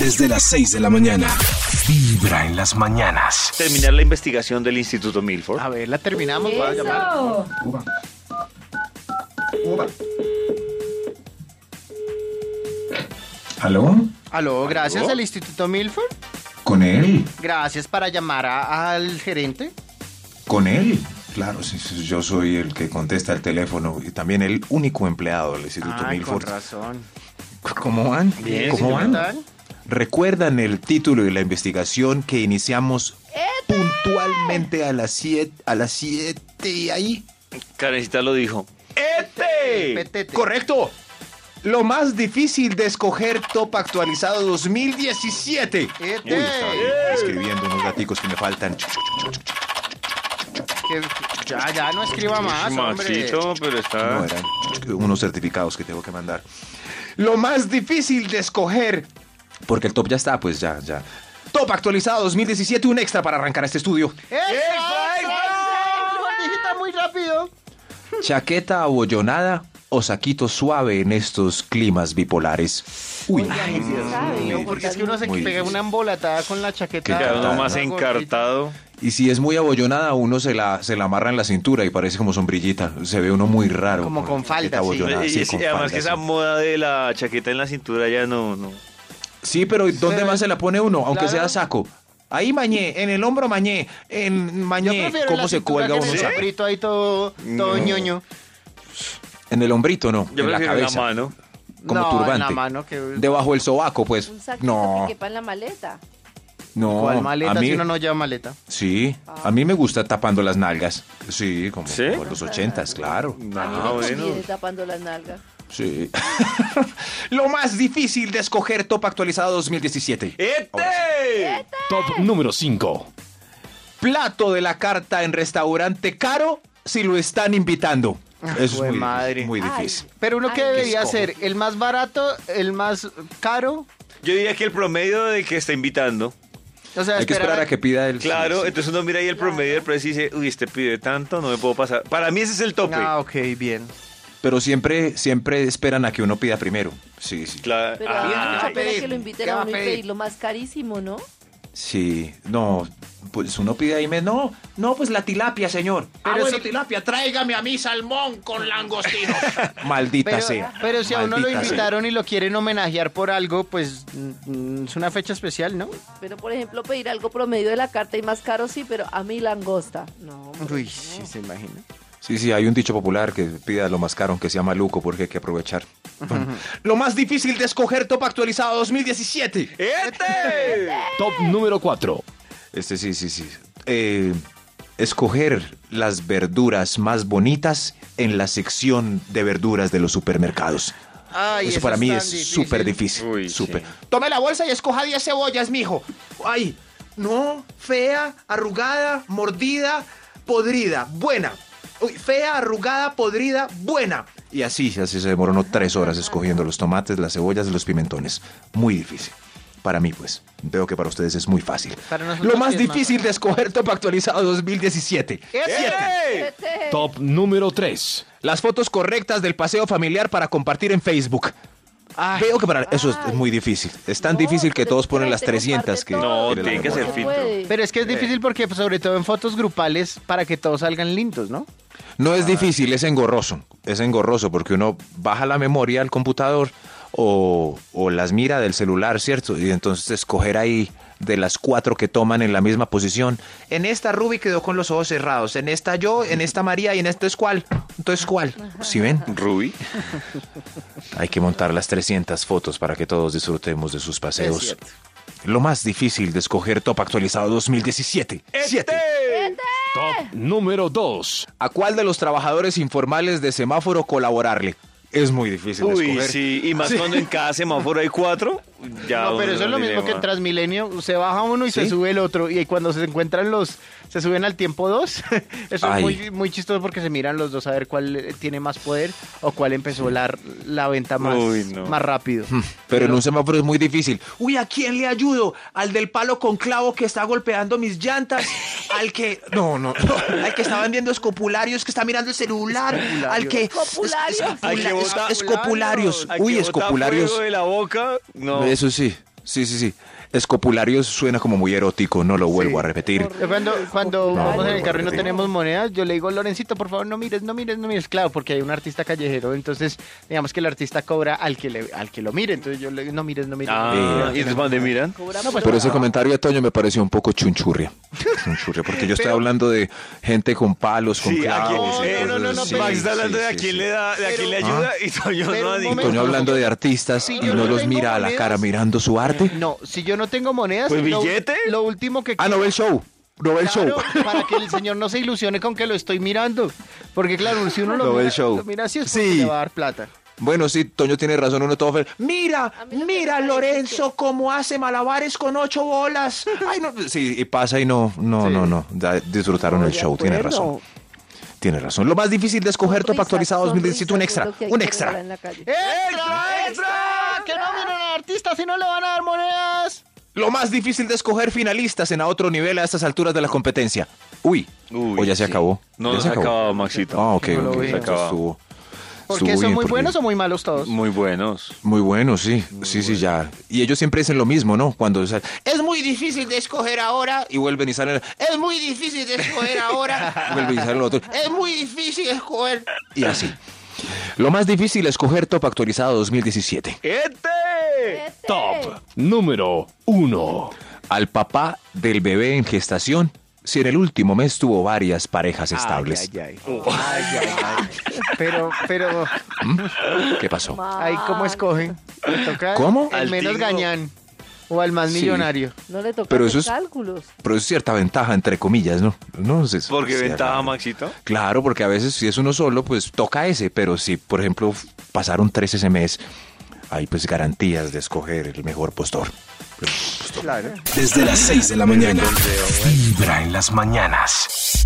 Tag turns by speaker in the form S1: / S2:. S1: Desde las 6 de la mañana. Vibra en las mañanas.
S2: Terminar la investigación del Instituto Milford.
S3: A ver, la terminamos. voy a llamar.
S4: Eso.
S1: ¿Aló?
S3: Aló, gracias al Instituto Milford.
S1: ¿Con él?
S3: Gracias para llamar a- al gerente.
S1: ¿Con él?
S5: Claro, sí, sí, yo soy el que contesta el teléfono y también el único empleado del Instituto
S3: Ay, con
S5: Milford.
S3: razón.
S5: ¿Cómo van?
S3: Ah, Bien,
S5: ¿Cómo
S3: ¿y tú qué
S5: van?
S3: tal?
S5: ¿Recuerdan el título de la investigación que iniciamos puntualmente a las 7 a las 7 y ahí?
S2: Karencita lo dijo.
S3: Petete.
S5: Correcto. Lo más difícil de escoger top actualizado 2017.
S3: Ete.
S5: Uy, estaba yo escribiendo unos gaticos que me faltan.
S3: Que- Ya, ya, no escriba más, hombre.
S2: Maxito, pero está.
S5: No, eran unos certificados que tengo que mandar. Lo más difícil de escoger. Porque el top ya está, pues ya, ya. Top actualizado 2017, un extra para arrancar este estudio.
S3: ¡Eso!
S2: ¡Epa,
S3: ¡Eso!
S2: epa!
S3: Digita muy rápido.
S5: Chaqueta abollonada o saquito suave en estos climas bipolares. Uy,
S4: Ay, sí, sabe,
S5: muy
S4: ¿no?
S3: No, porque es que uno se
S5: Muy
S3: pega
S5: difícil.
S3: una embolatada con la chaqueta.
S2: Cada uno
S5: Claro,
S2: más
S3: Una
S2: encartado.
S5: Y si es muy abollonada, uno se la, se la amarra en la cintura y parece como sombrillita. Se ve uno muy raro.
S3: Como con
S5: chaqueta
S3: falda, sí.
S5: abollonada,
S2: Y-
S5: sí,
S2: y-
S5: con
S2: además que
S5: falda,
S2: esa
S5: sí.
S2: moda de la chaqueta en la cintura ya no, no.
S5: Sí, pero ¿y ¿dónde
S3: Sí.
S5: más se la pone uno? Aunque
S3: Claro.
S5: sea saco. Ahí mañé, en el hombro mañé, en
S3: Yo
S5: mañé.
S3: prefiero
S5: ¿Cómo
S3: la
S5: se
S3: cintura
S5: cuelga
S3: que
S5: uno?
S3: el
S5: saco?
S3: sombrerito ahí todo, todo
S5: No.
S3: ñoño.
S5: En el hombrito, no.
S2: Yo
S5: en la
S2: prefiero la
S5: cabeza. Ah,
S2: mano.
S5: Como
S3: No, en la
S5: turbante.
S3: mano, que-
S5: Debajo del sobaco, pues.
S4: Un saquito
S5: No,
S4: que quepa en la maleta.
S5: no.
S3: ¿Cuál
S5: a
S3: maleta
S5: mí,
S3: si uno no lleva maleta?
S5: Sí, a mí me gusta tapando las nalgas. Sí, como,
S2: ¿Sí?
S5: como los ochentas, claro.
S4: a mí
S2: Ah,
S4: me
S5: pues
S2: bueno.
S4: conviene tapando las nalgas.
S5: Sí. Lo más difícil de escoger top actualizado 2017.
S2: ¡Este!
S1: Top número 5.
S5: Plato de la carta en restaurante caro si lo están invitando.
S3: Ah,
S5: Eso
S3: jue
S5: es muy,
S3: madre.
S5: muy
S4: Ay.
S5: difícil.
S3: Pero uno que
S4: Ay,
S3: debería
S5: escojo.
S3: hacer, el más barato, el más caro.
S2: Yo diría que el promedio del que está invitando.
S3: O sea,
S5: Hay que esperar a que pida el.
S2: Claro,
S5: sí, sí.
S2: entonces uno mira ahí el promedio del precio y dice, uy, este pide tanto, no me puedo pasar. Para mí ese es el tope.
S3: Ah, ok, bien.
S5: Pero siempre, siempre esperan a que uno pida primero. Sí, sí.
S2: Claro.
S4: Pero
S2: Ah,
S4: a mí me
S3: va a
S4: mucha pena
S3: pedir?
S4: que lo inviten
S3: ¿Qué va
S4: a
S3: a
S4: uno y
S3: pedir?
S4: pedir lo más carísimo, ¿no?
S5: Sí, no, pues uno pide ahí, me- no, no, pues la tilapia, señor. Ah,
S3: Pero si-
S5: tilapia, tráigame a mí salmón con langostino. Maldita
S3: Pero,
S5: sea.
S3: pero si a uno lo
S5: maldita sea.
S3: invitaron y lo quieren homenajear por algo, pues mm, mm, es una fecha especial, ¿no?
S4: Pero, por ejemplo, pedir algo promedio de la carta y más caro, sí, pero a mí langosta. No, hombre,
S3: Uy,
S4: no.
S3: sí, se imagina.
S5: Sí, sí, hay un dicho popular que pida lo más caro, aunque sea maluco, porque hay que aprovechar. lo más difícil de escoger top actualizado 2017.
S2: ¡Este!
S1: Top número 4.
S5: Este sí, sí, sí. Eh, escoger las verduras más bonitas en la sección de verduras de los supermercados.
S3: Ay,
S5: eso para mí
S3: tan
S5: es súper difícil.
S2: Uy,
S5: súper.
S2: sí.
S5: Tome la bolsa y escoja 10 cebollas, mijo. Ay, no, fea, arrugada, mordida, podrida, buena. Uy, fea, arrugada, podrida, buena. Y así, así se demoró uno tres horas escogiendo los tomates, las cebollas y los pimentones. Muy difícil. Para mí, pues. Veo que para ustedes es muy fácil.
S3: Para nosotros
S5: Lo más
S3: sí es más
S5: difícil de escoger top actualizado 2017.
S2: ¡Este!
S4: Vete.
S1: Top número 3.
S5: Las fotos correctas del paseo familiar para compartir en Facebook. Veo que para eso es, es muy difícil. Es tan
S4: No,
S5: difícil que
S4: pero
S5: todos ponen
S4: espérate,
S5: las 300 que...
S4: comparte
S2: No,
S4: todo.
S5: la
S2: tiene que ser
S5: memoria.
S4: Se
S2: filtro.
S4: puede.
S3: Pero es que es difícil porque, pues, sobre todo en fotos grupales, para que todos salgan lindos, ¿no?
S5: No
S4: Ah.
S5: es difícil, es engorroso. Es engorroso porque uno baja la memoria al computador o, o las mira del celular, ¿cierto? Y entonces escoger ahí de las cuatro que toman en la misma posición. En esta Ruby quedó con los ojos cerrados, en esta yo, en esta María y en esta es cuál. Entonces cuál. ¿Sí ven?
S2: Ruby.
S5: Hay que montar las 300 fotos para que todos disfrutemos de sus paseos. Lo más difícil de escoger top actualizado 2017.
S2: Este.
S5: Siete.
S1: Top número 2.
S5: ¿A cuál de los trabajadores informales de semáforo colaborarle? Es muy difícil de
S2: Uy,
S5: escoger.
S2: sí, y más cuando en cada semáforo hay cuatro, ya
S5: Ah,
S3: no, pero
S2: uno
S3: eso es lo mismo
S2: dilema.
S3: que en Transmilenio. Se baja uno y
S5: ¿Sí?
S3: se sube el otro. Y cuando se encuentran los. Se suben al tiempo dos. eso
S5: Ay.
S3: es muy, muy chistoso porque se miran los dos a ver cuál eh, tiene más poder o cuál empezó la, la venta más,
S2: Uy, no.
S3: más rápido.
S5: Pero en un semáforo es muy difícil. Uy, ¿a quién le ayudo? Al del palo con clavo que está golpeando mis llantas. Al que. No, no. no. Al que está vendiendo escopularios, que está mirando el celular. Al que.
S4: Escopularios.
S5: es-
S2: Hay que
S5: es-
S2: botar-
S5: escopularios.
S2: Hay que
S5: Uy,
S2: botar
S5: escopularios.
S2: fuego de la boca, no.
S5: Eso sí. Sí, sí, sí. Escopulario suena como muy erótico, no lo vuelvo a repetir.
S4: Horrible.
S3: Yo Cuando, cuando
S5: No,
S3: vamos
S5: no,
S3: en el carro y no
S5: no.
S3: tenemos monedas, yo le digo, Lorencito, por favor, no mires, no mires, no mires. Claro, porque hay un artista callejero, entonces digamos que el artista cobra al que, le, al que lo mire. Entonces yo le digo, no mires, no mires.
S2: Ah, ¿y entonces para dónde miran?
S4: Cobra
S3: No, pues,
S4: por
S5: Pero ese
S4: hora.
S5: comentario de Toño me pareció un poco chunchurria. Chunchurria, porque yo estoy hablando de gente con palos, con
S2: Sí, a
S5: clavos.
S2: quién,
S5: y
S2: eh,
S5: cosas
S2: no, no, no,
S5: así.
S2: Max está hablando
S5: Sí,
S2: de a
S5: sí,
S2: quién
S5: sí. ah.
S2: le da, de a quién le
S3: Pero-
S2: ayuda y Toño
S3: pero
S2: no ha
S3: un
S2: dicho.
S3: momento.
S5: Toño hablando de artistas
S3: Sí,
S5: y
S3: yo
S5: no
S3: no
S5: los
S3: tengo
S5: mira a la
S3: monedas.
S5: cara mirando su arte.
S3: No, si yo no tengo monedas,
S2: Pues,
S3: lo,
S2: ¿billete?
S3: lo último que
S5: Ah, no ve el show. No ve el
S3: Claro,
S5: show.
S3: para que el señor no se ilusione con que lo estoy mirando. Porque claro, si uno lo,
S5: No ve el
S3: mira,
S5: show.
S3: lo mira así es porque
S5: Sí.
S3: le va a dar plata.
S5: Bueno, sí, Toño tiene razón, uno todo fel- Mira,
S4: A mí lo que
S5: mira
S4: me parece
S5: Lorenzo cómo hace malabares con ocho bolas. Ay, no, sí, y pasa y no, no,
S3: Sí.
S5: no, no. da- disfrutaron el
S4: De
S5: show, tiene
S4: acuerdo.
S5: razón. Tiene razón. Lo más difícil de escoger Top
S4: Sonrisas,
S5: Actualizado 2017, un
S4: sonrisas,
S5: extra,
S4: lo que hay
S5: un
S4: que regalar
S5: extra.
S4: en la calle.
S3: ¡Extra, extra! ¡Que no miren a artistas si no le van a dar monedas!
S5: Lo más difícil de escoger finalistas en a otro nivel a estas alturas de la competencia. Uy,
S2: Uy,
S5: o ya se
S2: sí.
S5: acabó.
S2: No,
S5: Ya
S2: no se acabó, Maxito.
S5: Ah, ok,
S3: No lo
S5: ok,
S3: vi.
S5: entonces
S2: Se acabó.
S5: estuvo- estuvo
S3: Porque son
S5: bien,
S3: muy
S5: porque-
S3: buenos o muy malos todos.
S2: Muy buenos.
S5: Muy bueno, sí, sí, sí, ya. Y ellos siempre dicen lo mismo, ¿no? Cuando o sea, es muy difícil de escoger ahora y vuelven y salen. Es muy difícil de escoger ahora. vuelven y salen los otros. Es muy difícil de escoger. Y así. Lo más difícil es escoger Top Actualizado 2017.
S2: ¡Este!
S1: Top número 1.
S5: Al papá del bebé en gestación, si en el último mes tuvo varias parejas estables.
S3: Ay, ay, ay. Ay, ay, ay. Pero, pero,
S5: ¿Qué pasó?
S3: ay, ¿cómo escogen? Le toca
S5: ¿Cómo?
S3: Al
S2: Al
S3: menos
S2: tigo.
S3: gañán. O al más
S5: Sí.
S3: millonario.
S4: No le toca
S5: Pero
S4: hacer
S5: eso es-
S4: cálculos.
S5: Pero es cierta ventaja, entre comillas, ¿no? No sé.
S2: ¿Por qué
S5: sí,
S2: ventaja,
S5: raro.
S2: Maxito?
S5: Claro, porque a veces si es uno solo, pues toca ese, pero si, por ejemplo, f- pasaron tres SMS, hay pues garantías de escoger el mejor postor.
S1: Desde las 6 de la mañana. Vibra en las mañanas.